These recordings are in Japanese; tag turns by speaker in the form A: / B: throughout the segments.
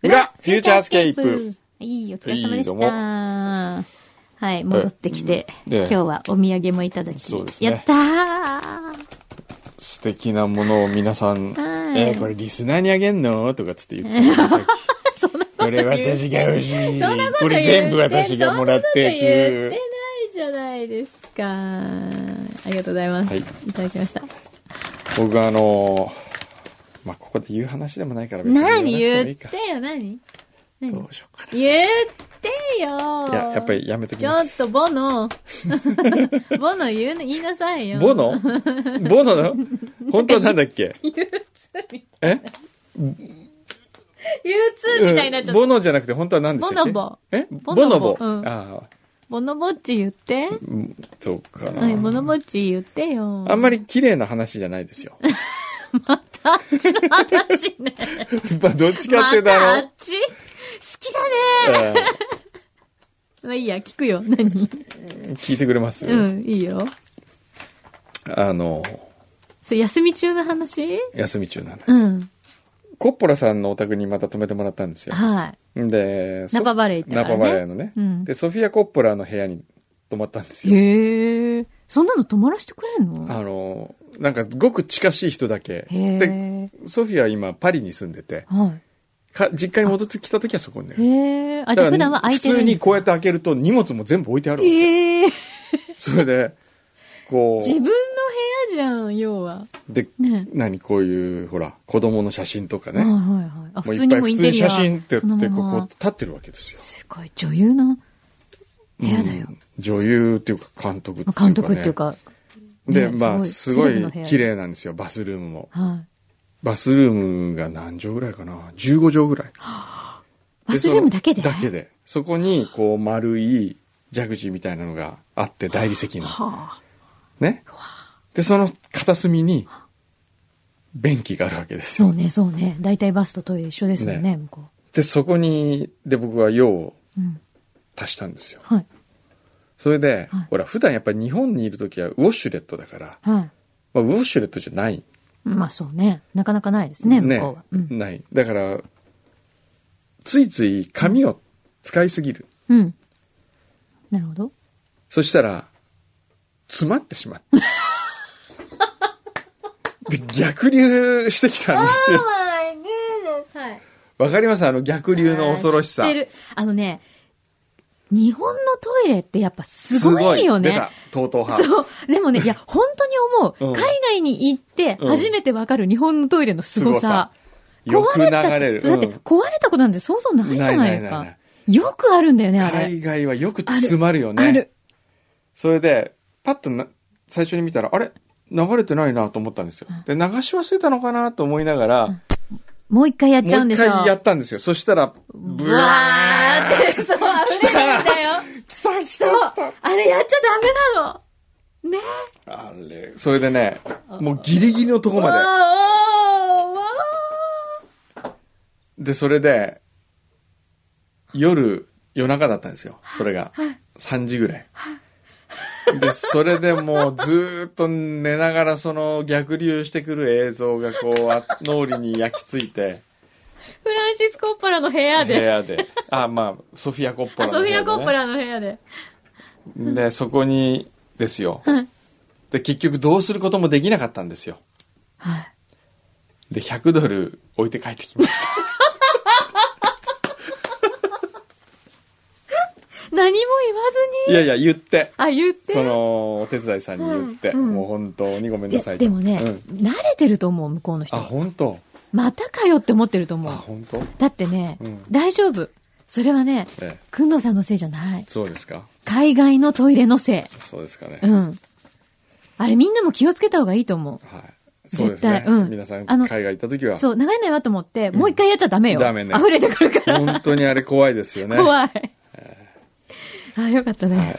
A: フューチャースケープ。
B: いい、お疲れ様で
A: いいどうも
B: した。はい、戻ってきて、
A: ええ
B: 今日はお土産もいただき、
A: そうですね
B: やったー
A: 素敵なものを皆さん、
B: はい
A: えーこれリスナーにあげんのとかつって言ってたよさっき
B: そんなこと
A: これ
B: 言う。
A: 私が欲しい。
B: そんなこと言って
A: これ全部私がもらって
B: そんなこと言ってないじゃないですか。ありがとうございます。
A: はい
B: い、ただきました。
A: いく。僕はあのーまあ、ここで言う話でもないから別に
B: 何
A: 言わな
B: 言
A: く
B: ってて
A: もいい
B: よ、何
A: か。
B: 何
A: どうしようか
B: 言ってよ
A: な。いや、やっぱりやめとき
B: ちょ
A: ま
B: っ
A: す。
B: と、ボノ。ボノ言うな、言いなさいよ。
A: ボノボノの本当はなんだっ け
B: 憂鬱み
A: え
B: 憂鬱みたいになっちゃった。
A: ボノじゃなくて本当は何でしたっけ
B: ボノボ
A: え
B: ボ
A: ボノ
B: ノ
A: ボ
B: ボ。うん
A: ああ、
B: ボノぼっち言って。
A: うんそうかな。
B: はい、ボノぼっち言ってよ。
A: あんま
B: り。
A: り綺麗な話じゃない ですよ。
B: あっちの話ね。
A: ま あ、どっちかってい
B: ま
A: うとあの
B: たあっち好きだね。
A: ええ
B: まあいいや、聞くよ。何
A: 聞いてくれます、
B: うん、いいよ。
A: あの、
B: それ休み中の話
A: 休み中なの。
B: うん。
A: コッポラさんのお宅にまた泊めてもらったんですよ。
B: はい。
A: で、そ
B: ナパバレー行った
A: ナ
B: か
A: パ
B: らね。
A: バレーのね、
B: うん
A: で、ソフィア・コッポラの部屋に泊まったんですよ。
B: へえ。そんなの泊まらせてくれん
A: あ
B: の
A: の、なんかごく近しい人だけ。
B: へ
A: で、
B: え。
A: ソフィアは今パリに住んでて、
B: は
A: か実家に戻ってきた時はそこにね。
B: い。へえ。
A: だ
B: あ、じ
A: か
B: ゃあ
A: ら
B: 普段は空い
A: 普
B: てる
A: 通
B: んだ
A: にこうやって開けると荷物も全部置いてあるわけ。
B: ええ。
A: それで、こ
B: 自
A: う、
B: 分の部屋じゃん、要は。
A: で、
B: ね。
A: 何こういう、ほら、子供の写真とかね。
B: はいはいはい。あ、
A: もう
B: 普
A: い
B: 通
A: っぱ
B: に
A: い
B: もう
A: 普
B: イン
A: 通
B: テ
A: に
B: リア。
A: 写真ってや
B: その
A: って、
B: ま
A: こ
B: ま
A: こ立ってるわけですよ。
B: すごい、女優の部屋だよ。
A: うん女優っていうか監督っていうか、ね。
B: 監督っていうか、
A: で、
B: ね
A: まあ、す
B: す
A: ご
B: ごい
A: い綺
B: セレ
A: 麗なんですよ、バスルームも。
B: はい。
A: バスルームが何畳ぐらいかな ?15 畳ぐらい。
B: バスルームだけで
A: だけで。そこに、こう、丸い蛇口みたいなのがあって、大理石の。
B: は
A: ね。で、その片隅に、便器があるわけで
B: あ。
A: すよ。
B: そうね、そうね。大体バスとトイレ一緒ですもんね、
A: ね
B: 向こ
A: で、そこに、で、僕は用を
B: う。うん。
A: 足したんですよ。
B: はい。
A: それで、
B: はい
A: ほら、普段やっぱり日本にいるときはウォッシュレットだから、
B: はい。
A: まあ、ウォッシュレットじゃない。
B: まあそうね。なかなかないですね、向こうは。うん。
A: ない。だから、ついつい紙を使いすぎる。
B: うん。なるほど。
A: そしたら、詰まってし まって。で逆流してきたんですよ。
B: my goodness! はい。
A: わかりますあの逆流の恐ろしさ
B: あー。知ってる。あのね、日本のトイレってやっぱすごいよ
A: 出
B: ね
A: た。。とうとう派。
B: そう。でもね、いや、本当に思う。
A: うん
B: 海外に行って初めてわかる日本のトイレの凄さ。
A: よく流
B: た
A: れる。
B: だって
A: うん
B: 壊れたことなんてそうそうないじゃないです
A: ないないない
B: か。よくあるんだよね、あれ。
A: 海外はよく詰まるよね。
B: ある。
A: それで、パッとな最初に見たら、あれ流れてないなと思ったんですよ。で、流し忘れたのかなと思いながら、
B: もう一回やっ
A: も
B: ちゃうん
A: う
B: で
A: 一
B: しょ。
A: 回やったんですよ。そしたら、ブ
B: ブワーって、そう、溢れるんだよ。
A: 来た来
B: そ
A: た
B: う
A: 来た。
B: あれやっちゃダメなの。ね
A: あれ、それでね、もうギリギリのとこ
B: わー
A: ま
B: わ
A: で。で、それで、夜、夜中だったんですよ。それが。3時ぐらい。で、それでもうずーっと寝ながらその逆流してくる映像がこうあ、脳裏に焼き付いて。
B: ーフランシス・コッポラの部屋
A: 部
B: で。
A: 屋で。あ、まあ、ソフィア・コッポ
B: あ
A: ラの
B: ソフ
A: 部
B: ィ
A: 屋
B: ア・
A: で
B: コッポ
A: ね
B: ラの部屋で。
A: で、そこに、ですよ
B: うん。
A: で、結局どうすることもできなかったんですよ。
B: はい。
A: で、100ドル置いて帰ってきま した。
B: 何も言わず
A: い
B: に。
A: やいや、言って。
B: あ、言って。
A: その、お手伝いさんに言って、
B: うんうん
A: もう本当にごめん
B: い
A: な
B: や
A: さいと
B: でもね、
A: うん
B: 慣れてると思う、向こうの人
A: あ、
B: は。
A: 本当
B: またかよって思ってると
A: あ、
B: 思う。
A: 本当
B: だってね、
A: うん
B: 大丈夫。それはね、
A: ええ。
B: くんどうさんのせいじゃない。
A: そうですか
B: 海外のトイレのせ
A: そうですかね
B: い。。うん。あれみんなも気をつけた方がいいと思う。
A: はい。そうですね
B: 絶。対うん
A: 皆さん、
B: あの
A: 海外行った時は、
B: そう、長いないわと思って、もう一回やっちゃダメよ。
A: ダメね
B: 溢れてくるから。
A: 本当にあれ怖いですよね。
B: 怖い。あ、よかったね。
A: はい。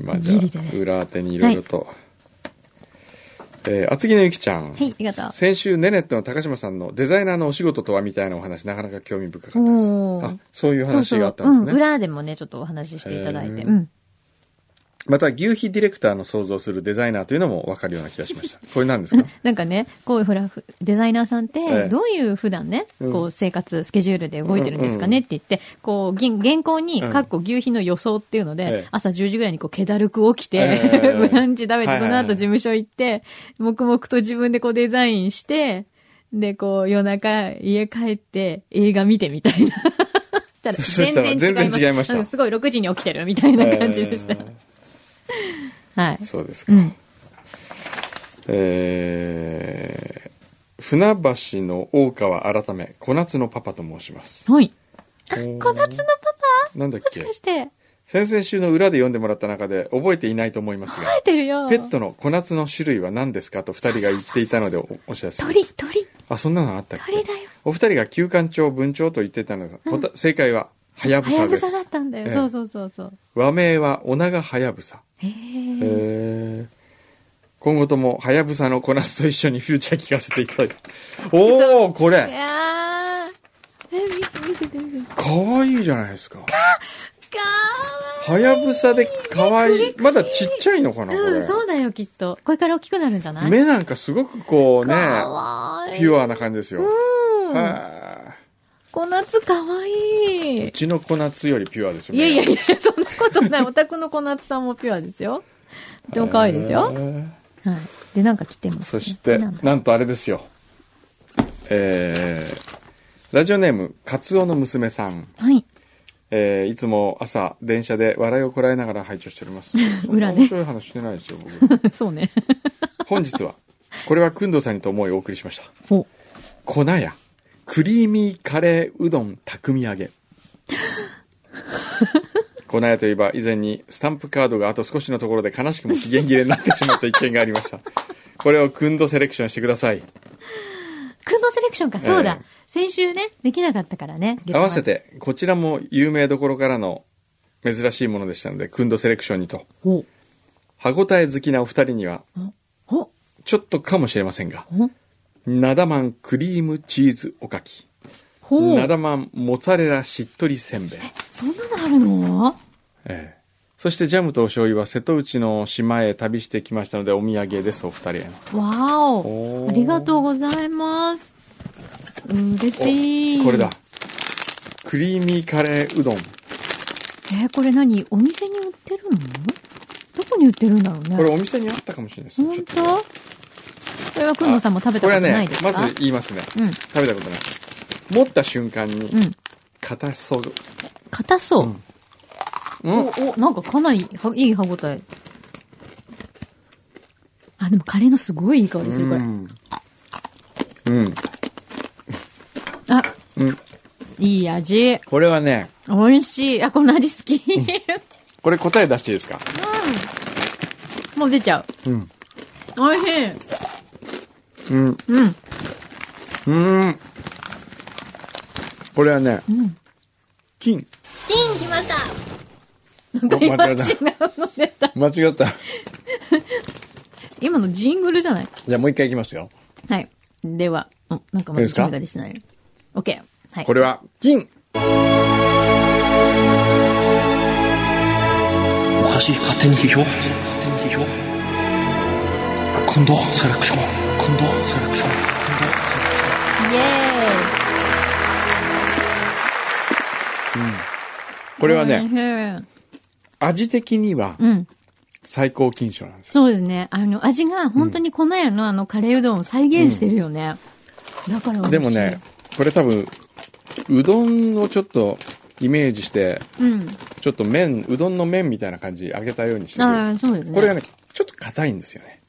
A: まあじゃ
B: ギリでね
A: あ、裏当てにいろいろと。えー厚木のゆきちゃん。
B: はい、ありがとう。
A: 先週、ネネットの高島さんのデザイナーのお仕事とはみたいなお話、なかなか興味深かったです。
B: おー
A: あ、そういう
B: そう
A: 話
B: そ
A: があ
B: う
A: っ、た
B: うん
A: です
B: ん、
A: ね。
B: 裏でもね、ちょっとお話ししていただいて、
A: へー
B: うん。
A: また、牛皮ディレクターの想像するデザイナーというのも分かるような気がしました。これ何ですか
B: なんか ね、こう、ほら、ふデザイナーさんっ
A: え
B: て、
A: え
B: どういう普段ね、
A: うん
B: こう、生活、スケジュールで動いてるんです
A: う
B: か
A: んうん
B: ねって言って、こう、銀原稿に、
A: うん
B: かっこ牛皮の予想っていうので、
A: ええ
B: 朝10時ぐらいにこう、気だるく起きて、
A: ええ
B: ブランチ食
A: はい
B: べて、そ
A: はい
B: の
A: はい
B: 後事務所行って、黙々と自分でこう、デザインして、で、こう、夜中、家帰って、映画見てみたいな。 したら
A: そしたら
B: 全然違いま
A: 全然違いました
B: うんすごい6時に起きてるみたいな感じでした。
A: えー
B: はい。
A: そうですか。
B: うん。
A: えー、船橋の大川改め、小夏のパパと申します。
B: はい。
A: おー
B: 小夏のパ
A: なんだっ
B: パもし
A: け
B: かして、
A: 先々週の裏で読んでもらった中で覚えていないと思いますが、
B: 生えてるよ。
A: ペットの小夏の種類は何ですかと二人が言っていたのでおお知らせです
B: 鳥、鳥、
A: あ、そんなのあったっ
B: 鳥
A: け
B: だよ。
A: お二人が休館長、文鳥と言っていたのが、こた正解は、はやぶ
B: は
A: さで
B: やぶ
A: す
B: さ。だったんだよ。
A: ええ
B: そうそうそうそう。
A: 和名は、お長はやぶさ。
B: へ
A: へ
B: え。
A: ー今後とも、はやぶさの小夏と一緒にフューチャー聞かせていただいて。おー、こ
B: い
A: れ
B: やー。え、見て、見せて、見せて。
A: かわいいじゃないですか。
B: か
A: はやぶさでかわいい。まだちっちゃいのか
B: わ
A: ないこ
B: い。うん、そう
A: れ。
B: だよ、きっと。これから大きくなるんじゃない
A: 目なんかすごくこう
B: か
A: ね、
B: わいい。
A: ピュアな感じですよ。
B: うん。
A: はあ。
B: 小夏かわいいう
A: ちの小夏よりピュアですよ
B: いやいやいや、そんなことない。お宅の小夏さんもピュアですよ。とても可愛いですよ。
A: へー
B: はい。で、なんか来てます
A: そ
B: ね。
A: して
B: なんだ
A: なんとあれですよえー、ラジオネームカツオの娘さん、
B: はい。
A: えーいつも朝電車で笑いをこらえながら拝聴しております
B: 裏ね
A: そんな面白い話してないですよ僕
B: そうね。
A: 本日はこれは工藤さんにと思いお送りしました
B: お。
A: 粉やクリーミーカレーうどん匠揚 げ粉屋といえば以前にスタンプカードがあと少しのところで悲しくも期限切れになってしまった一件がありましたこれをくんどセレクションしてください
B: くんどセレクションか、そうだ。
A: ええ
B: 先週ね、できなかったからね。
A: 合わせ。てこちらも有名どころからの珍しいものでしたのでくんどセレクションにと
B: お、
A: 歯応え好きなお二人には
B: お、
A: ちょっとかもしれませんが
B: お、
A: ナダマンクリームチーズおかき
B: ほ
A: ナ
B: う。
A: ダマンモッツァレラしっとりせんべい
B: そんなのあるの
A: ええ、そしてジャムとお醤油は瀬戸内の島へ旅してきましたのでお土産ですお二人への
B: わ
A: お
B: お。
A: ー
B: ありがとうございます。嬉しい。
A: これだ。クリーミーカレーうどん
B: えーこれ何お店に売ってるのどこに売ってるんだろうね。
A: これお店にあったかもしれないですね
B: 本
A: ちょっ
B: 当これはくんどさんも食べた
A: これ
B: こと
A: はね
B: ないですか
A: まず言いますね
B: うん、
A: 食べたことない持った瞬間に
B: うん。
A: 硬そう
B: 硬そう。
A: うん、
B: お、お、なんかかなりはいい歯応え。あ、でもカレーのすごいいい香りする、これ。
A: うん
B: あ、
A: うん
B: いい味。
A: これはね
B: 美味しい。あ、この味好き。
A: これ答え出していいですか
B: もう出ちゃう。
A: うん
B: 美味しい。
A: うん
B: うん。
A: うんこれはね
B: うん。
A: 金
B: チン来ましたなんか今違うの出た。
A: 間違った
B: 今のジングルじゃない
A: じゃあもう一回いきますよ
B: はい。では、うん、なんかま
A: いいで
B: だ
A: すか
B: 君が出してない。オッケー。はい。
A: これは金
C: おかしい勝手に批評勝手に批評今度セレクション今度セレクション今度セレクション
B: イエーイ。
A: これはね、
B: ね。
A: 味的には
B: うん。
A: 最高金賞なんですよ。
B: そうですね。あの、味が本当に粉屋のあのカレーうどんを再現してるよね。だから美味しい
A: でもね、、これ多分、うどんをちょっとイメージして、
B: うん。
A: ちょっと麺、うどんの麺みたいな感じ揚げたようにして
B: あ
A: る。
B: あ、そうですね。
A: これがね、ちょっと硬いんですよね。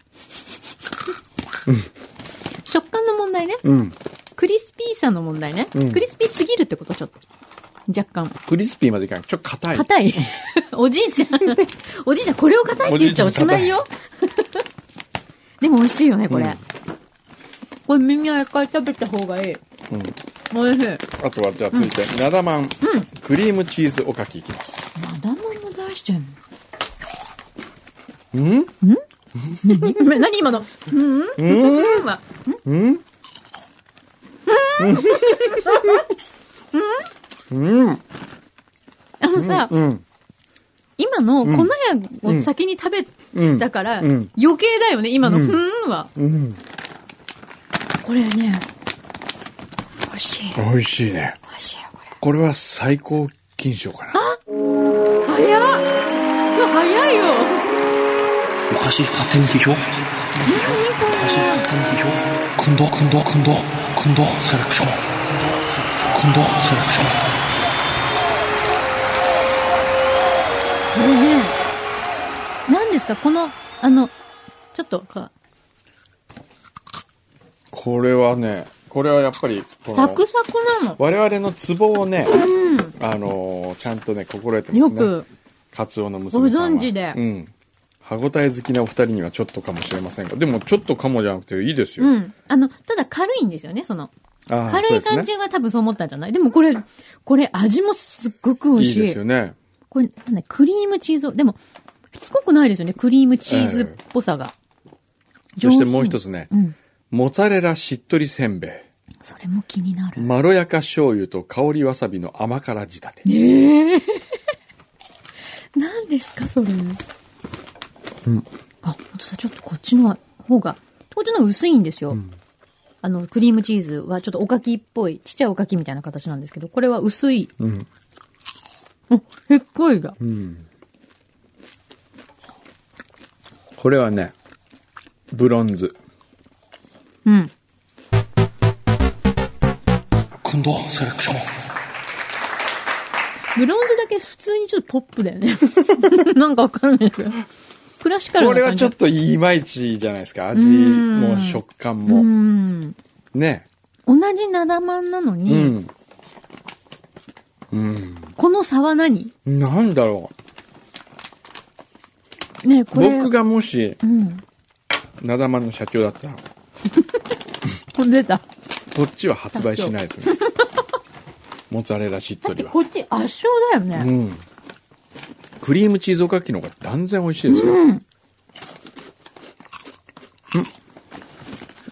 B: 食感の問題ね。
A: うん。
B: クリスピーさの問題ね。
A: うん
B: クリスピーすぎるってことちょっと。若干。
A: クリスピーまでいかない。ちょっと硬い。
B: 硬い。 おじいちゃん。おじいちゃん、これを硬いって言っちゃおしまいよ。 でも美味しいよね、これ。
A: うん
B: これ耳は一回食べた方がいい。
A: うん。
B: 美味しい。
A: あとは、じゃあ続いて、なだまん、クリームチーズおかきいきます。
B: まだまんも出してんの
A: うん
B: 何 何今の。うんうんうん は。
A: うんうん
B: あのさ、
A: うん
B: 今なの、
A: うん
B: 粉屋を先に食べたから、
A: うんうん
B: 余計だよね、今の、
A: う
B: ふ
A: ん
B: ーんは。
A: うん。
B: これね、美味しい。美
A: 美味しいね。
B: 味しいよ、これ。
A: これは最高金賞かな。
B: 早っうわ早いよ
C: おかしい勝手に批評おかしい勝手に批評今度今度今度今度セレクション今度セレクション
B: これね、何ですかこの、あの、ちょっとか、
A: これはね、これはやっぱり、こ
B: サク
A: の、
B: サクなの。
A: 我々のツボをね、
B: うん。
A: あのーちゃんとね、心得てます
B: よ
A: ね。
B: く、
A: カツオの娘さんは。
B: ご存知で
A: うん。歯応え好きなお二人にはちょっとかもしれませんが、でもちょっとかもじゃなくていいですよ。
B: うん。あの、ただ軽いんですよね、その。
A: あー
B: 軽い感
A: そうです
B: じ
A: ね
B: が多分そう思ったんじゃないでもこれ、これ味もすっごく美味
A: いい
B: しい。
A: ですよね。
B: これ、なんだ、クリームチーズを、でも、しつこくないですよね、クリームチーズっぽさが。
A: そしてもう一つね、
B: うん。
A: モッツァレラしっとりせんべい。
B: それも気になる。
A: まろやか醤油と香りわさびの甘辛仕立て。
B: 何ですか、それ。
A: うん。
B: あ、本当だ、ちょっとこっちの方が、こっちの方が薄いんですよ。あの、クリームチーズはちょっとおかきっぽい、ちっちゃいおかきみたいな形なんですけど、これは薄い。
A: うん。
B: お、へっこいが。
A: これはね、ブロンズ。
B: うん。
C: 今度セレクション
B: ブロンズだけ普通にちょっとポップだよね。 なんかわかんないけど。クラシカル
A: こ
B: な
A: れ
B: 感
A: は
B: じ
A: ちょっといまいちじゃないですか。味
B: うん
A: も食感
B: う
A: も。
B: ん。
A: ね。
B: 同じなだまんなの
A: う
B: に、
A: ん。うん。
B: この差は何
A: なんだろ
B: ねえ
A: う。
B: これ。
A: 僕がもし、
B: うん。
A: なだまの社長だったら、
B: これ出た。
A: こっちは発売しない ですね。モッツァレラしっ
B: だ
A: と
B: っ
A: り
B: て
A: は
B: こ。っち圧勝だよね。
A: うん。クリームチーズおかきの方が断然美味しいですよ。うん。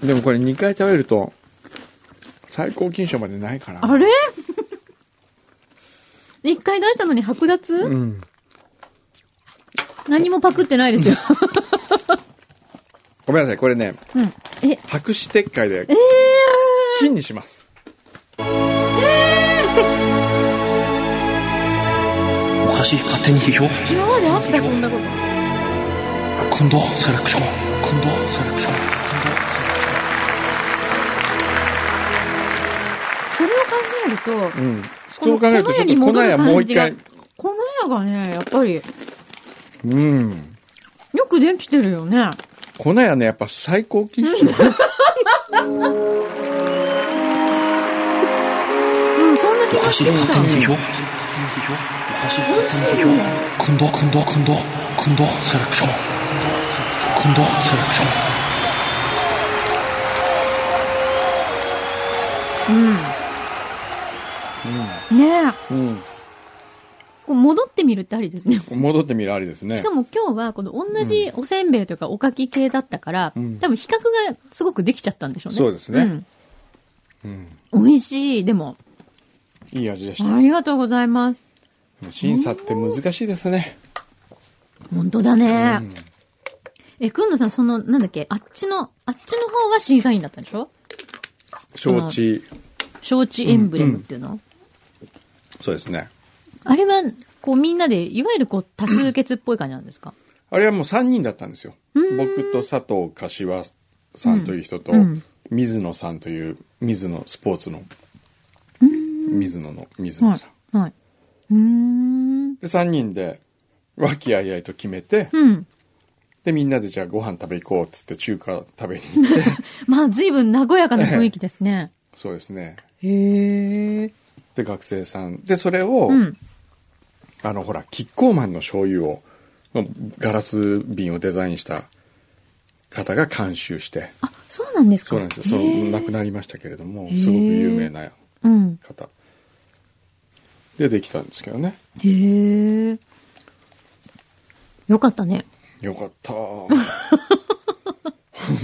A: でもこれ2回食べると、最高金賞までないかな。
B: あれ 一回出したのに剥奪、
A: うん。
B: 何もパクってないですよ。
A: ごめんなさい、これね、
B: うん。え、
A: 白紙撤回で、金にします。
C: おかしい勝手に批評
B: 今まであったそんなこと。
C: 今度セレクション今度セレクション今度セレクショ
B: それ
C: ン
B: を考える
A: う
B: と、
A: ん。
B: こ
A: そう
B: の
A: 考えると、ちょ
B: 粉屋
A: っ
B: に
A: と粉
B: 戻る
A: 屋もう
B: 感
A: 一
B: じが
A: 回。。
B: 粉屋がね、やっぱり、
A: うん。
B: よくできてるよね。
A: 粉屋ね、やっぱ最高金賞。
B: うん、そんな気
C: お
B: が
C: かし
B: し
C: い
B: てき
C: 勝手
B: た。
C: に批評おかしい勝手に批評今度今度今度今度セレクション今度セレクション
B: ねえ。
A: うん。
B: こう戻ってみるってありですね。
A: 戻ってみるありですね
B: しか。も今日はこの同じおせんべいというかおかき系だったから、
A: ん
B: 多分比較がすごくできちゃったんでしょうね。
A: そうですね
B: うん。美味しい。でも、
A: いい味でした。
B: ありがとうございます。
A: 審査って難しいですね。
B: 本当だね。え、くんのさん、その、なんだっけ、あっちの、あっちの方は審査員だったんでしょ
A: 承知。
B: 承知エンブレムっていうの、
A: そうですね。
B: あれは、こうみんなで、いわゆるこう多数決っぽい感じなんですか
A: あれはもう3人だったんですよ。
B: うん
A: 僕と佐藤柏さんという人と、
B: うんうん
A: 水野さんという、水野スポーツの、水野の水
B: は
A: 野さん。
B: い。はい。うーん。
A: で、3人で、和気あいあいと決めて、
B: うん。
A: で、みんなでじゃあご飯食べ行こうっつって中華食べに行って、
B: まあ、随分和やかな雰囲気です ね。
A: そうですね。
B: へえ。
A: で、学生さん。で、それを、
B: うん。
A: あの、ほら、キッコーマンの醤油を、ガラス瓶をデザインした方が監修して、
B: あ、そうなんですか
A: そうなんですよ。そ
B: へ
A: の
B: ー
A: 亡くなりましたけれども、
B: ー
A: すごく有名な
B: うん。
A: 方でできたんですけどね。
B: へえ。よかったね。
A: よか った。本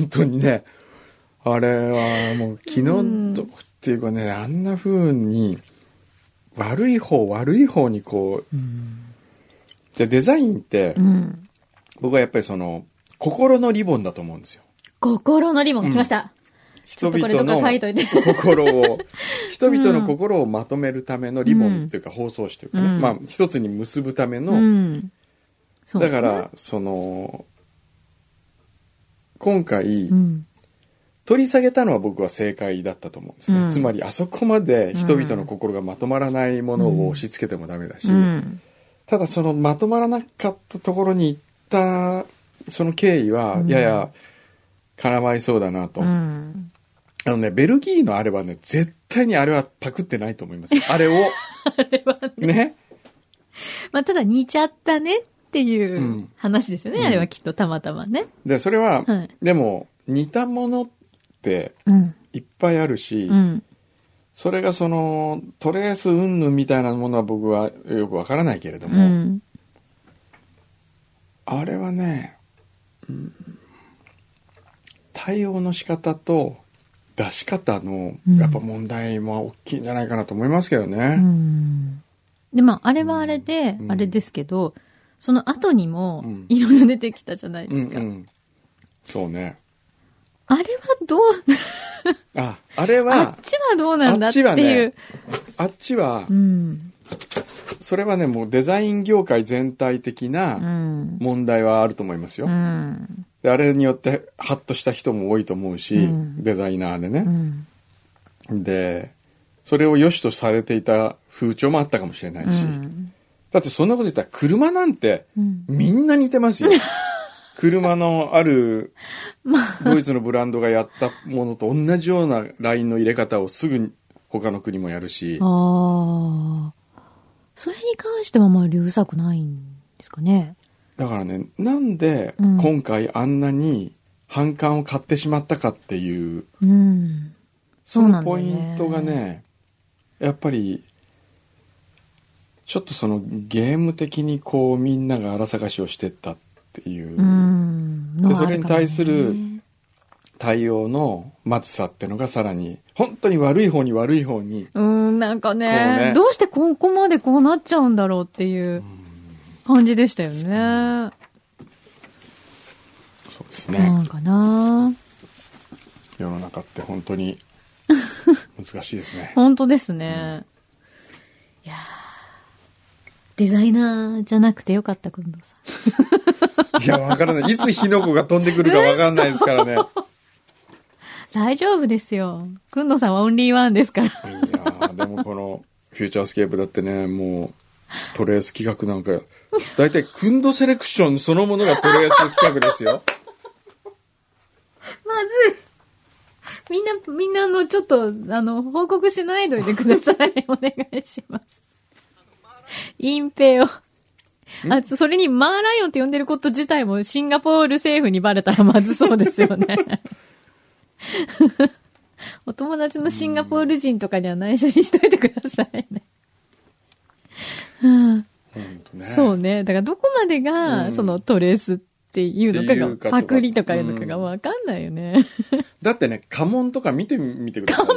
A: 当にね、あれはもう昨日とっていうかね、あんな風に悪い方悪い方にこう、じゃあデザインって
B: う、ん。
A: 僕はやっぱりその、心のリボンだと思うんですよ。
B: 心のリボン来ました。ち
A: 人
B: ょっとこ
A: 々
B: れとか
A: の
B: 書いといて。
A: 心を、人々の心をまとめるためのリボンっていうか、包装紙というか
B: う
A: ね、
B: ん
A: まあ、一つに結ぶための、
B: うん。そう
A: だ
B: ね
A: から、その、今回
B: う、ん。
A: 取り下げたのは僕は正解だったと思うんですね。
B: うん
A: つまり、あそこまで人々の心がまとまらないものを押し付けてもダメだし、
B: うん。
A: ただそのまとまらなかったところに行った、その経緯は
B: う、ん
A: やや絡まりそうだなと。
B: う
A: あ
B: ん。
A: のね、ベルギーのあれはね、絶対にあれはパクってないと思い ます。あれを。ね。
B: まあ、ただ似ちゃったねっていううん話ですよね。
A: うん
B: あれはきっとたまたまね。
A: で、それは、
B: はい
A: でも、似たものって
B: うん。
A: いっぱいあるし、
B: うん。
A: それがその、トレース云々みたいなものは僕はよくわからないけれど
B: う
A: も、
B: ん。
A: あれはね、うん対応の仕方と出し方の、
B: うん
A: やっぱ問題も大きいんじゃないかなと思いますけど
B: う
A: ね。
B: ん。で、まあ、あれはあれで
A: う、ん
B: あれですけど、その後にも
A: うん、
B: いろいろ出てきたじゃない
A: うん、
B: で
A: う
B: す
A: ん、
B: か。
A: そうね。
B: あれはどう、
A: あ、あれ
B: あ
A: は
B: っ、ちはどうなんだ
A: あっ
B: って
A: ちは
B: いう。
A: ねあっちは
B: う、ん。
A: それはね、もうデザイン業界全体的
B: う。
A: なん問題はあると思いますよ。
B: うん。
A: であれによってハッとした人も多いと思うし、
B: うん
A: デザイナーでね。
B: うん。
A: で、それを良しとされていた風潮もあったかもしれないうし。
B: ん。
A: だってそんなこと言ったら車なんて
B: うん
A: みんな似て ますよ。車のあるドイツのブランドがやったものと同じようなラインの入れ方をすぐに他の国もやるし、
B: ああ。それに関してはまあ、うるさくないんですかね。
A: だからね、なんで
B: うん
A: 今回あんなに反感を買ってしまったかっていう、
B: うん。そ
A: そう
B: な
A: の
B: んだよ
A: ポイ
B: ね。
A: ントがね、やっぱり、ちょっとそのゲーム的にこうみんなが荒探しをしてったっていううん
B: のはあ
A: それ
B: る
A: に
B: かもね
A: 対する対応のまずさってのがさらに、本当に悪い方に悪い方に、
B: うん、なんかね
A: こうね
B: どうしてここまでこうなっちゃうんだろうっていう感じでしたよね。
A: そうです
B: なんかな
A: 世の中って本当 に難しいですね。
B: 本当ですね。いやーデザイナーじゃなくてよかった、くんどうさん。
A: いや、わからない。いつ火の粉が飛んでくるかわかんないですからね。いや
B: 大丈夫ですよ。くんどうさんはオンリーワンですから。
A: ーでもこのフューチャースケープだってね、もうトレース企画なんか、だいたいクンドセレクションそのものがトレース企画ですよ。
B: まずい。みんな、みんなあの、ちょっと、あの、報告しないでおいてくださ い。お願いします。隠蔽を。あ、それに、マーライオンって呼んでること自体もシンガポール政府にバレたらまずそうです よね。お友達のシンガポール人とかには内緒にしといてくださいね。
A: ほんとね。
B: そうね。だからどこまで
A: う
B: が、
A: ん
B: そのトレースっていうのか
A: っていうか
B: が、
A: とか
B: パクリとかいうのかがわかんないよ ね。
A: だってね、家紋とか見てみてくださいよ。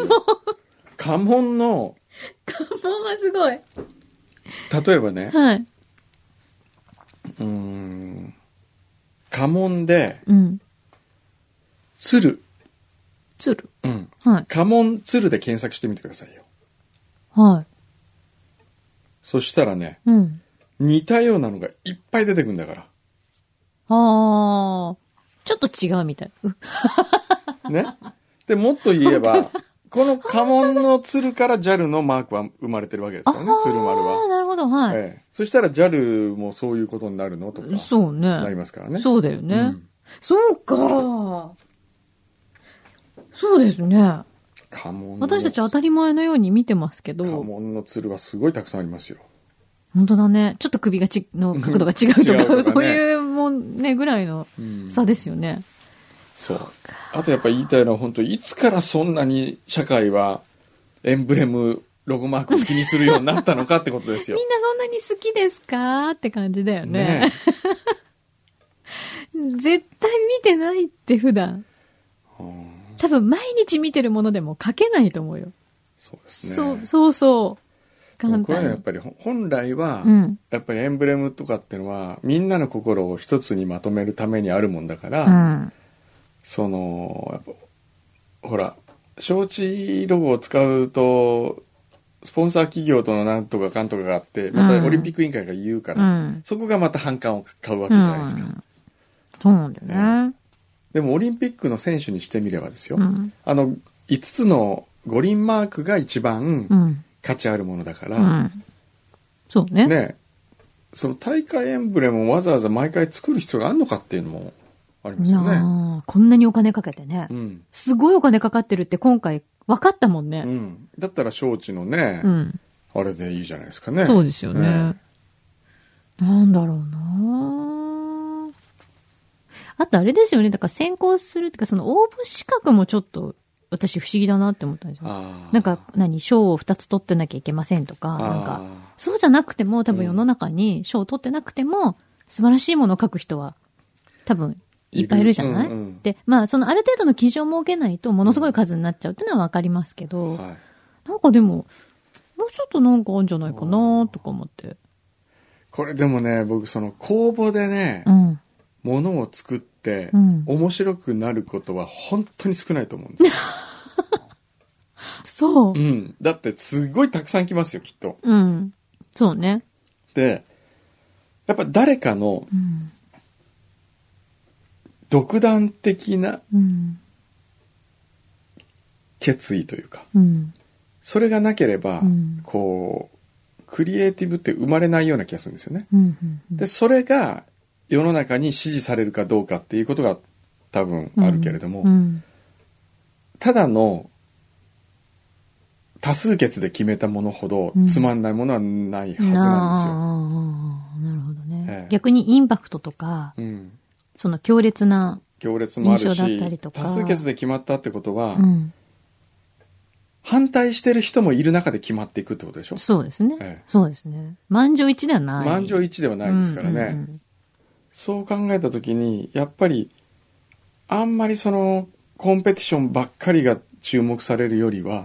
A: 家紋の、
B: 関門はすごい。
A: 例えばね、
B: はい。
A: うーん、家紋で、
B: うん。
A: 鶴。
B: 鶴
A: うん。
B: はい。
A: 家紋鶴で検索してみてくださいよ。
B: は
A: そしたらね、
B: い。うん。
A: 似たようなのがいっぱい出てくんだか
B: あー。ちょっと違うみたい。う
A: ら。ね。で、もっと言えば、この家紋の鶴から JAL のマークは生まれてるわけですからね、鶴丸
B: あー
A: は。
B: なるほど、はい。
A: ええ、そしたら JAL もそういうことになるのとか、
B: そうね。
A: なりますからね。
B: そうだよね。
A: うん
B: そうか。そうですね。
A: 家紋の
B: 私たち当たり前のように見てますけ
A: 家
B: ど、
A: 紋の鶴はすごいたくさんありますよ。
B: 本当だね。ちょっと首がち、の角度が違うと
A: 違う
B: か、
A: とかね
B: そういうもんね、ぐらいの
A: うん
B: 差ですよね。
A: そう。あとやっぱ言いたいのは本当いつからそんなに社会はエンブレム、ロゴマークを気にするようになったのかってことですよ
B: み。んなそんなに好きですかって感じだよ
A: ね
B: ね。絶対見てないって普段。
A: えうん
B: 多分毎日見てるものでも書けないと思うよ。
A: そうですね。
B: そう、そうそう。簡
A: これは
B: 単
A: やっ
B: に。
A: ぱりほ本来は、
B: うん
A: やっぱりエンブレムとかってのはみんなの心を一つにまとめるためにあるもんだから、
B: うん。
A: そのやっぱほら招致ロゴを使うとスポンサー企業とのなんとかかんとかがあってま
B: うん
A: たオリンピック委員会が言うか
B: う
A: ら、
B: ん。
A: そこがまた反感を買うわけ
B: う
A: じゃないですか、
B: ん。そうなんだよね。
A: でもオリンピックの選手にしてみればですよ、
B: うん。
A: あの5つの五輪マークが一番
B: うん。
A: 価値あるものだから、
B: うん。そうね。
A: ねその大会エンブレムをわざわざ毎回作る必要があるのかっていうのもありますよね。
B: なあ、こんなにお金かけてね
A: う。ん。
B: すごいお金かかってるって今回分かったもん
A: う
B: ね。
A: ん。だったら招致のね、
B: うん。
A: あれでいいじゃないですかね。
B: そうですよね。
A: ね
B: なんだろうなあとあれですよね。だから先行するっていうか、その応募資格もちょっと私不思議だなって思ったんですよ。
A: あー
B: なんか、何、賞を2つ取ってなきゃいけませんとか、
A: あー
B: なんか、そうじゃなくても、多分世の中に賞を取ってなくても、素晴らしいものを書く人は、多分、いっぱいいるじゃない
A: いるうんうん
B: で、まあ、そのある程度の基準を設けないと、ものすごい数になっちゃうっていうのはわかりますけど、
A: はい
B: なんかでも、もうちょっとなんかあるんじゃないかなとか思って。
A: これでもね、僕その公募でね
B: う、ん。
A: ものを作って
B: う、ん。
A: 面白くなることは本当に少ないと思うんですよ。
B: そう
A: う。ん。だってすごいたくさん来ますよ、きっと。
B: うん。そうね。
A: で、やっぱ誰かの
B: うん。
A: 独断的な
B: うん。
A: 決意というか、
B: うん。
A: それがなければ、
B: うん
A: こうクリエイティブって生まれないような気がするんですよね。
B: うん。
A: でそれが世の中に支持されるかどうかっていうことが多分
B: うん
A: あるけれども、
B: うん。
A: ただの多数決で決めたものほど
B: うん
A: つまんないものはないはずなん
B: なあ、なるほど
A: え
B: ね
A: え。
B: 逆にインパクトとか、
A: ですよ。うん、
B: その強烈な、
A: 行列もある
B: 印象だったり
A: し
B: とか
A: 多数決で決まったってことは、
B: うん。
A: 反対してる人もいる中で決まっていくってことでしょ
B: そうですね。
A: ええ
B: そうですね。満場一致ではない。
A: 満場
B: 一
A: 一致では
B: 致
A: ないですからね。そう考えた時にやっぱりあんまりそのコンペティションばっかりが注目されるよりは、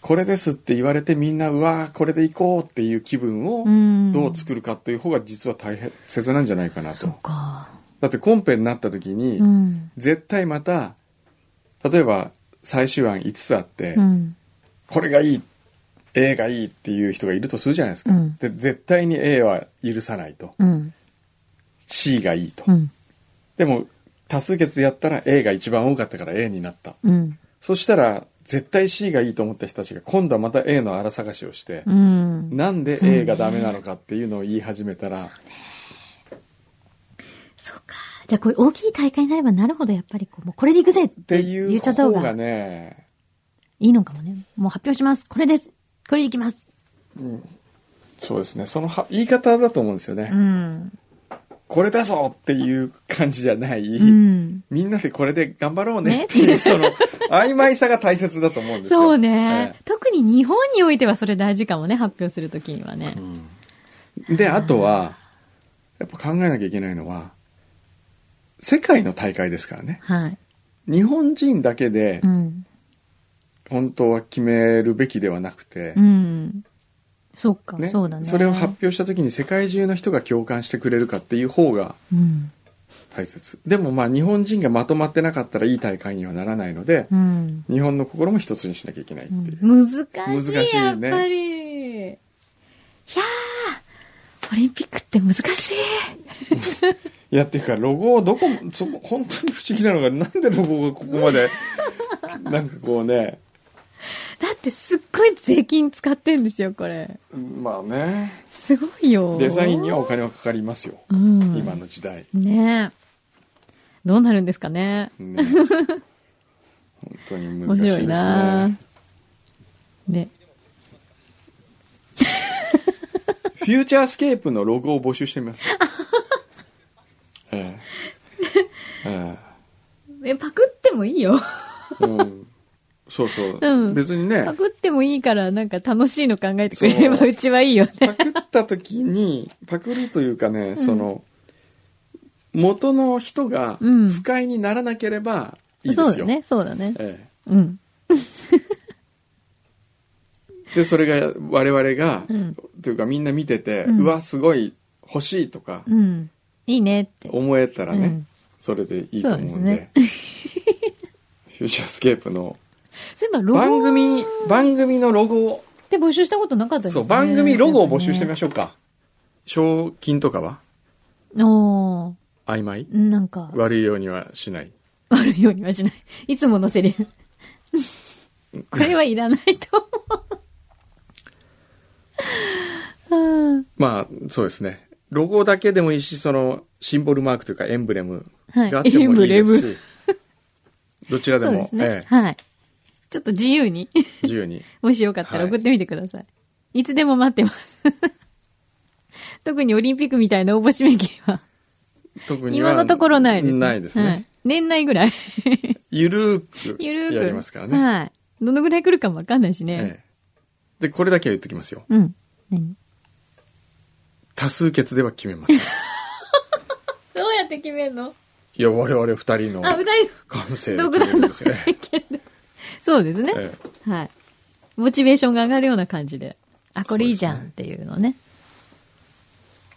A: これですって言われてみんなうわーこれでいこうっていう気分をどう
B: る
A: 作るかという方が実は大変切なんじゃないかなと、
B: そうか。
A: だってコンペになった時に、
B: うん。
A: 絶対また例えば最終案5つあって、
B: うん。
A: これがいい A がいいっていう人がいるとするじゃないですか、
B: うん
A: で絶対に A は許さないと
B: うん。
A: C がいいと、
B: うん。
A: でも多数決やったら A が一番多かったから A になった。
B: うん。
A: そしたら絶対 C がいいと思った人たちが今度はまた A の荒探しをして、
B: うん。
A: なんで
B: そうね
A: A がダメなのかっていうのを言い始めたら、
B: そうか。じゃあ、こういう大きい大会になればなるほど、やっぱりこう、もうこれでいくぜっ
A: って
B: て
A: い
B: 言
A: う
B: っちゃった
A: 方
B: 方が
A: がね、
B: いいのかもね。もう発表します。これです。これでいきます。
A: そうですね、そのは言い方だと思うんですよね。
B: うん。
A: これだぞっていう感じじゃない、
B: うん。
A: みんなでこれで頑張ろう
B: ね
A: ねっていう、 その曖昧さが大切だと思うんですよ。
B: そうね
A: え。
B: 特に日本においてはそれ大事かもね、発表するときにはね。
A: えで、あとは、やっぱ考えなきゃいけないのは、世界の大会ですからね。
B: はい。
A: 日本人だけで
B: うん。
A: 本当は決めるべきではなくて、
B: うん。そうか、
A: ね
B: そうだね。
A: れを発表した時に世界中の人が共感してくれるかっていう方が
B: うん。
A: 大切でもまあ日本人がまとまってなかったらいい大会にはならないので
B: う、ん。
A: 日本の心も一つにしなきゃいけないっていう、
B: うん難しい
A: 難しいね
B: やっぱり。いやー、オリンピックって難しい。
A: いやっていうかロゴをどこもそこ本当に不思議なのがなんでロゴがここま でなんかこうね
B: だってすっごい税金使ってんですよ、これ。
A: まあね
B: すごいよ。
A: デザインにはお金はかかりますよ、
B: うん。
A: 今の時代、
B: ねえ。どうなるんですかね。
A: ね本当に難
B: 面
A: しいで
B: 白
A: す
B: いな
A: ね
B: ねね。
A: フューチャースケープのロゴを募集してみ ます。えええ
B: え、パクってもいいよ。
A: えうん、そうそう、
B: うん
A: 別にね
B: パ、クってもいいから、なんか楽しいの考えてくれれば
A: そう
B: うちはいいよね。
A: パクった時に、パクるというかね、その、元の人が
B: うん
A: 不快にならなければいいです
B: そ
A: よ。
B: うだね、そうだね。
A: え
B: うん。
A: で、それが、我々が、
B: うん
A: というかみんな見てて、
B: う
A: うんわ、すごい欲しいとか
B: うん。いいねって。
A: 思えたらね、
B: うん
A: それでいいと思うんで。
B: そうで
A: フューチャースケープの
B: そういえば、ロゴ
A: 番組、番組のロゴを、
B: って募集したことなかったです
A: そ
B: ね。
A: う、番組ロゴを募集してみま
B: し
A: しょうか。賞金とかは
B: た。お
A: 曖昧
B: ーなんか、
A: 悪いようにはしない。
B: 悪いようにはしない。いつものセリフ。これはいらないと 思う。
A: まあ、そうですね。ロゴだけでもいいし、その、シンボルマークというかエンブレム
B: はい
A: があってもいい
B: エン
A: で
B: ブレ
A: すし、
B: ム
A: どちらで
B: そうで
A: も、
B: すね
A: え。え
B: はい。ちょっと自由に、
A: 自由に。
B: もしよかったら
A: はい
B: 送ってみてください。い、つでも待ってます。 特にオリンピックみたいな応募締め切りは、
A: 特には
B: 今のところないですね。
A: ないですね。
B: はい年内ぐらい。
A: ゆるーく
B: ゆるーく。
A: やりますからね。
B: はい。どのぐらい来るかもわかんないしね。
A: ええで、これだけは言っときますよ。
B: うん。何
A: 多数決では決めません。い
B: どうやって決めんの
A: や、我々二人の
B: あ、二人
A: 感性で
B: 独
A: 決める
B: 断
A: ん
B: の
A: ですよ。え
B: 意見で。 そうですね
A: え。ええ
B: はい。モチベーションが上がるような感じで、あ、これいいじゃんっていうのをね。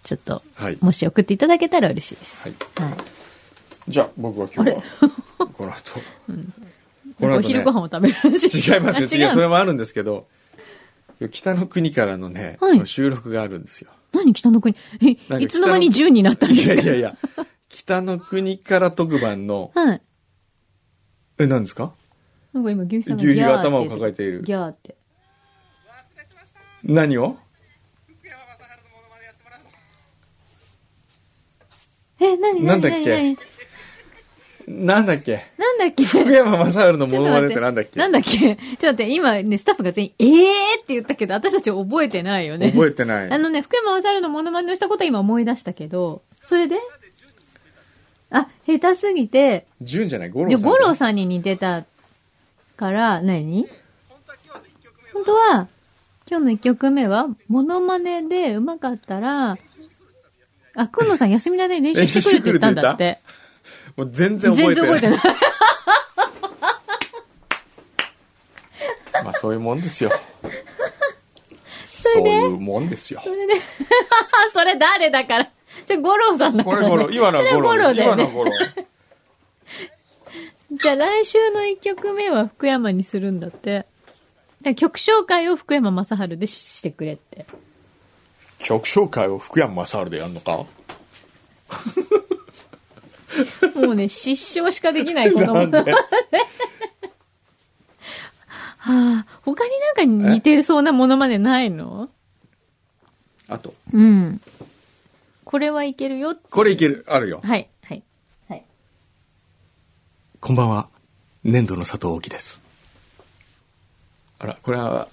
B: ちょっと、
A: はい
B: もし送っていただけたら嬉しいです。
A: はい。
B: はい。
A: じゃあ、僕は今日は、この後。この後、
B: お
A: ね、
B: 昼ご飯を食べるらしい。
A: 違いますよ。違う、
B: あ違
A: そうれ
B: の。
A: もあるんですけど、北の国からのね、
B: はい
A: その収録があるんですよ。
B: 何北の国
A: 北の
B: え、いつの間に10になったんで
A: い
B: す
A: や
B: か
A: いやいや、北の国から特番の、
B: はい。
A: え、何ですか
B: なんか今、牛肥さんがギ
A: 牛
B: ャー
A: 肥が頭を
B: って言って
A: 抱えている
B: ギャーって。
A: 何を
B: え、なに
A: な
B: な
A: ん
B: に
A: だっ
B: な
A: け
B: になに
A: なんだっけ
B: なんだっけ
A: 福山雅治の
B: ち
A: モノ
B: ょっと
A: マ
B: 待
A: ネっ
B: っ。
A: ててなんだっけ
B: なんだっけちょっと待って、今ね、スタッフが全員、えーって言ったけど、私たち覚えてないよね。
A: 覚えてない。
B: あのね、福山雅治のモノマネをしたことは今思い出したけど、それであ、下手すぎて、
A: 純じゃない五郎
B: じ
A: さ
B: ゃ、
A: ん。
B: 五郎さんに似てたから、何本当は、今日の一曲目は、モノマネで上手かったら、あ、くんのさん休みの間に練習してくるって言ったんだって。
A: もう全然
B: 全
A: 覚え
B: 然
A: てない。
B: 覚えてない。
A: まあそういうもん ですよ。
B: れ
A: そう
B: で
A: いうもんですよ。
B: それで、 それ誰だから。それ五郎さんだか
A: こ
B: ら、
A: れ
B: ね。
A: ゴロ、今の
B: それ
A: はゴ
B: 五
A: ロ
B: 郎
A: です。
B: だよ
A: 今のはゴロ。
B: ね。じゃあ来週の一曲目は福山にするんだって。だから曲紹介を福山雅治でししてくれって。
A: 曲紹介を福山雅治でやるのか
B: も うね、失笑しかできない子
A: な
B: 供。は
A: ん で
B: あ、他になんか似てそうなものまでないの
A: あと、
B: うん。これはいけるよ。
A: これいける、あるよ。
B: はい、はい、はい。
A: こんばんは。粘土の佐藤沖です。あら、これは、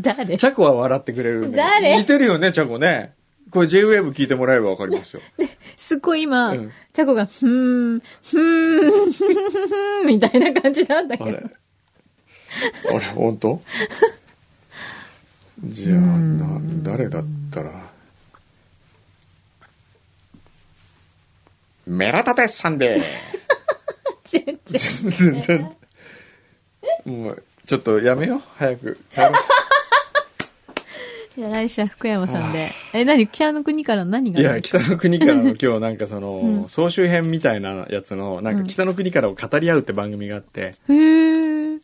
B: 誰
A: チャコは笑ってくれるんだけど
B: 誰
A: 似てるよね、チャコね。これ JWAVE 聞いてもらえればわかりますよ。
B: すっごい今、
A: うん
B: チャコが、ふーん、ふーん、ふーん、ふーん、みたいな感じなんだけ
A: あ
B: ど
A: れ。。あれ、本当じゃあ、な、誰だったら。メラタテさんで
B: 全然。
A: 全然。もう、ちょっとやめよう。早く。帰ろう
B: じゃあ来週は福山さんで。え、何北の国から何が
A: いや、北の国からの今日なんかその、
B: うん
A: 総集編みたいなやつの、なんか北の国からを語り合うって番組があって、
B: へー。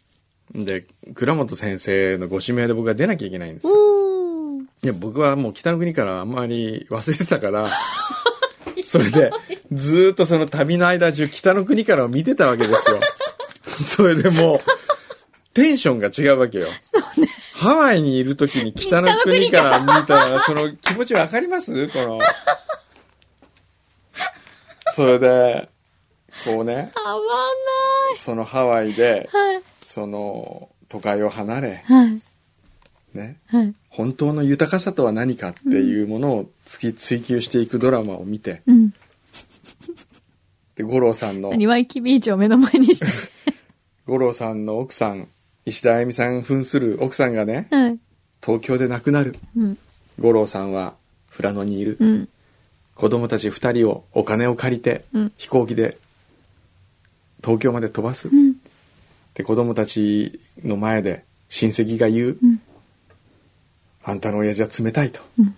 A: で、倉本先生のご指名で僕が出なきゃいけないんですよ。
B: おー。
A: いや、僕はもう北の国からあんまり忘れてた から、それで、ずーっとその旅の間中、北の国からを見てたわけ ですよ。それでもう、テンションが違うわけよ。ハワイにいる時に北の国から見たら、その気持ちわかりますこの。それで、こうね、
B: 合わ
A: そのハワイで、
B: ない。
A: その都会を離れ、
B: はい。はい。
A: ね、
B: はい。
A: 本当の豊かさとは何かっていうものを突き追求していくドラマを見て、
B: うん。
A: で、五郎さんの、
B: 何ワイキビーチを目の前にして。
A: 五郎さんの奥さん、石田あゆみさん扮する奥さんがね、
B: はい。
A: 東京で亡くなる。
B: うん。
A: 五郎さんは富良野にいる。
B: うん。
A: 子供たち二人をお金を借りて、
B: うん
A: 飛行機で東京まで飛ばす。
B: うん。
A: で、子供たちの前で親戚が言う。
B: うん
A: あんたの親父は冷たいと。
B: うん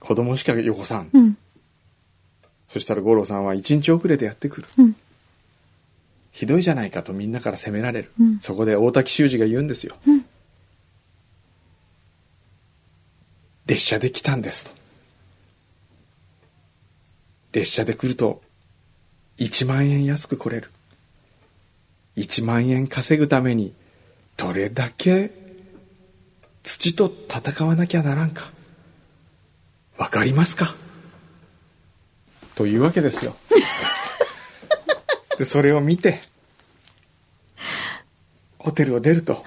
A: 子供しかよこさん。
B: うん。
A: そしたら五郎さんは一日遅れてやってくる。
B: うん。
A: ひどいじゃないかとみんなから責められる。
B: うん
A: そこで大滝修二が言うんですよ。
B: うん
A: 列車で来たんですと。列車で来ると、1万円安く来れる。1万円稼ぐために、どれだけ土と戦わなきゃならんか。わかりますかというわけ ですよ。で、それを見て、ホテルを出ると、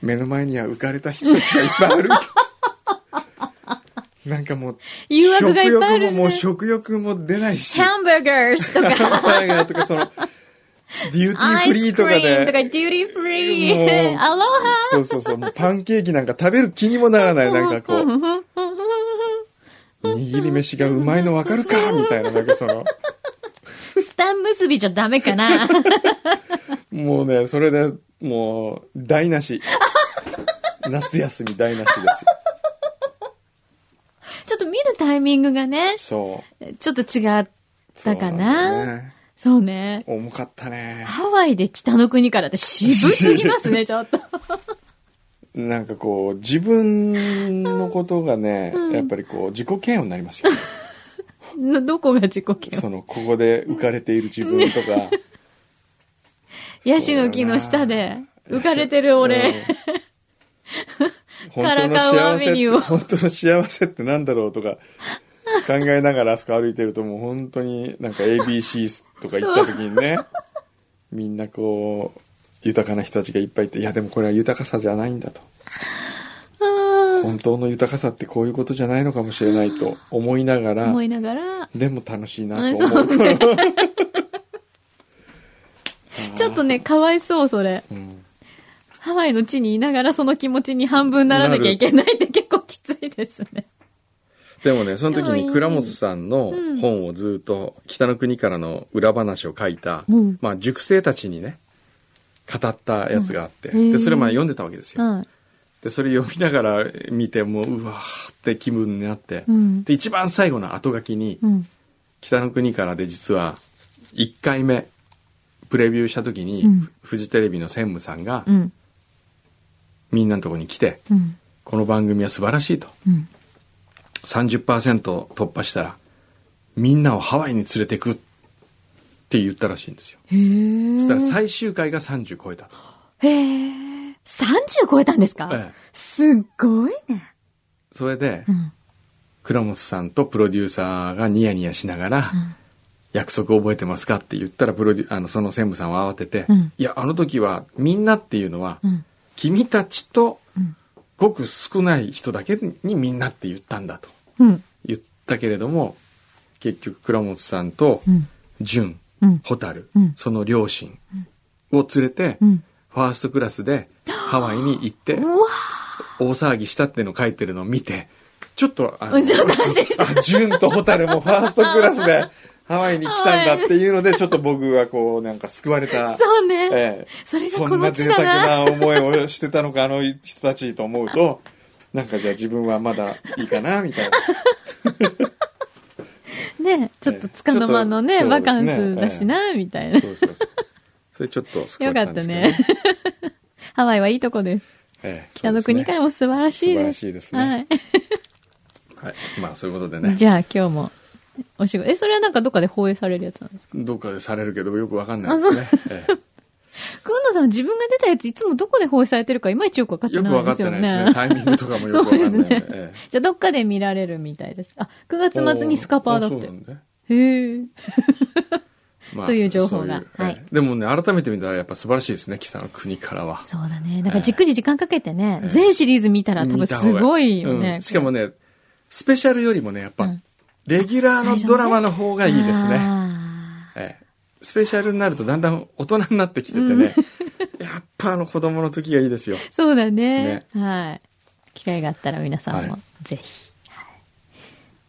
A: 目の前には浮かれた人たちがいっぱいあ る。なんかもう、
B: 誘惑がいっぱいあるしね
A: 食欲ももう食欲も出ないし、
B: ハンバーガーとか、
A: ハンバーガーとかその、デューティー
B: ア
A: フ
B: イ
A: リ
B: ス
A: ーと
B: ク
A: か
B: リームとか、
A: で、
B: デューティーフリ
A: も
B: ー、
A: う
B: アロハ
A: そうそうそう、もうパンケーキなんか食べる気にもならない、なんかこう、握り飯がうまいのわかるかみたいな、なんかその、
B: スパン結びじゃダメ かな。
A: もうね、それでもう、台無し。夏休み台無しですよ。
B: ちょっと見るタイミングがね、
A: そう。
B: ちょっと違ったか
A: そう
B: な。
A: んだよね
B: そうね。
A: 重かったね。
B: ハワイで北の国からって渋すぎますね、ちょっと。
A: なんかこう、自分のことがね、
B: うん
A: やっぱりこう、自己嫌悪になりますよ。
B: のどこが自己嫌悪
A: その、ここで浮かれている自分とか。
B: ヤシの木の下で浮かれてる俺。
A: うん。 本当の
B: カラカン
A: 幸
B: アベ
A: せっ
B: ニ
A: て
B: ューを
A: 本当の幸せってなんだろうとか考えながらあそこ歩いてるともう本当になんか ABC とか行った時にねみんなこう豊かな人たちがいっぱいいていやでもこれは豊かさじゃないんだと
B: あー
A: 本当の豊かさってこういうことじゃないのかもしれないと思いながら
B: 思いながら、
A: でも楽しいな
B: うん
A: と思
B: そううちょっとね、かわいそう、それ。
A: うん
B: ハワイの地にいながらその気持ちに半分ならなきゃいけないって結構きついですね。
A: でもね、その時
B: でもい
A: に
B: い
A: 倉本さんの
B: うん
A: 本をずっと北の国からの裏話を書いた、
B: うん
A: まあ塾生たちにね、語ったやつがあって、
B: うんへー
A: で、それまあ読んでたわけですよ。
B: はい。
A: で、それ読みながら見て、もう、うわーって気分になって、
B: うん。
A: で、一番最後の後書きに、
B: うん。
A: 北の国からで実は、1回目、プレビューした時に、
B: うん
A: フジテレビの専務さんが
B: う、ん。
A: みんなのとこに来て、
B: うん。
A: この番組は素晴らしいと。
B: うん。
A: 30%突破したらみんなをハワイに連れてくって言ったらしいんですよ
B: へえ。
A: そしたら最終回が30超えたと
B: へえ。30超えたんですか、
A: ええ
B: すっごいね。
A: それで
B: うん。
A: 倉本さんとプロデューサーがニヤニヤしながら
B: うん
A: 「約束覚えてますか?」って言ったらプロデュあのその専務さんは慌てて
B: うん
A: 「いやあの時はみんなっていうのは
B: うん。
A: 君たちと
B: うん
A: ごく少ない人だけにみんなって言ったんだ」と
B: うん。
A: 言ったけれども結局倉本さんと
B: うん。
A: 純
B: うん。
A: ホタル、
B: うん
A: その両親を連れて、
B: うん。
A: ファーストクラスでハワイに行って、
B: うわ
A: 大騒ぎしたっていうのを書いてるのを見て、ちょっと、あ
B: う んちょっと安心し
A: あ純とホタルもファーストクラスでハワイに来たんだっていうので、ちょっと僕はこう、なんか救われた。
B: そうね。
A: ええ
B: それが
A: そ
B: こ
A: んな
B: の
A: 贅
B: 地だな。
A: 沢な思いをしてたのか、あの人たちと思う と、なんかじゃあ自分はまだいいかな、みたいな。
B: ねちょっとつかの間の
A: ええ
B: ね、
A: ちょっ
B: バ
A: と
B: カ
A: そう
B: ン
A: ですね
B: スだしな、みたいな。
A: そうそうそう。それちょっと救わ
B: よ
A: れ
B: かった
A: ん
B: た
A: ですけど
B: ね。 ハワイはいいとこです。
A: ええ
B: 北の国からも素晴らしいです。
A: 素晴らしいですねはい。まあ、そういうことで
B: はい。
A: ね。
B: じゃあ今日もお仕事。え、それはなんかどっかで放映されるやつなんですか
A: どっかでされるけど、よくわかんないですね。え
B: くんのさん自分が出たやついつもどこで放映されてるかいまいちよくわかっ
A: え
B: て
A: よく
B: ない
A: わか
B: で
A: っ
B: す
A: て
B: よ
A: な
B: ね。
A: いですね。タイミングとかもよくわかんない
B: そうですね
A: ええ
B: じゃあどっかで見られるみたいです。あ、9月末にスカパーだっ
A: おー
B: て
A: そう。なんだ
B: へえ。
A: ま
B: という情報
A: そう
B: が
A: いうええ
B: はい
A: でもね、改めて見たらやっぱ素晴らしいですね、北の国からは。
B: そうだね。なんかじっくり時間かけてね、
A: ええ
B: 全シリーズ見たら多
A: 見
B: 分
A: た方
B: す
A: が
B: ごいよね。
A: うんしかもね、スペシャルよりもね、やっ
B: う
A: ぱ
B: ん、
A: レギュラーのドラマの方がいいですね。
B: あ
A: ええスペシャルになるとだんだん大人になってきててね、やっぱあの子供の時がいいですよ。
B: ーそうだねはい。機会があったら皆さん
A: は
B: もぜひ。はい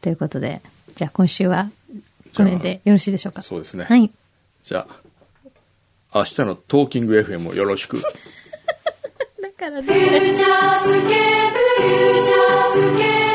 B: ということで、じゃあ今週は
A: じ
B: こ
A: ゃあ
B: れでよろしいでしょうか。
A: そうですね。
B: はい。
A: じゃあ、明日のトーキング FM をよろしく。
B: だか
D: 「
B: らね。
D: フューチャースケープューチャースケープ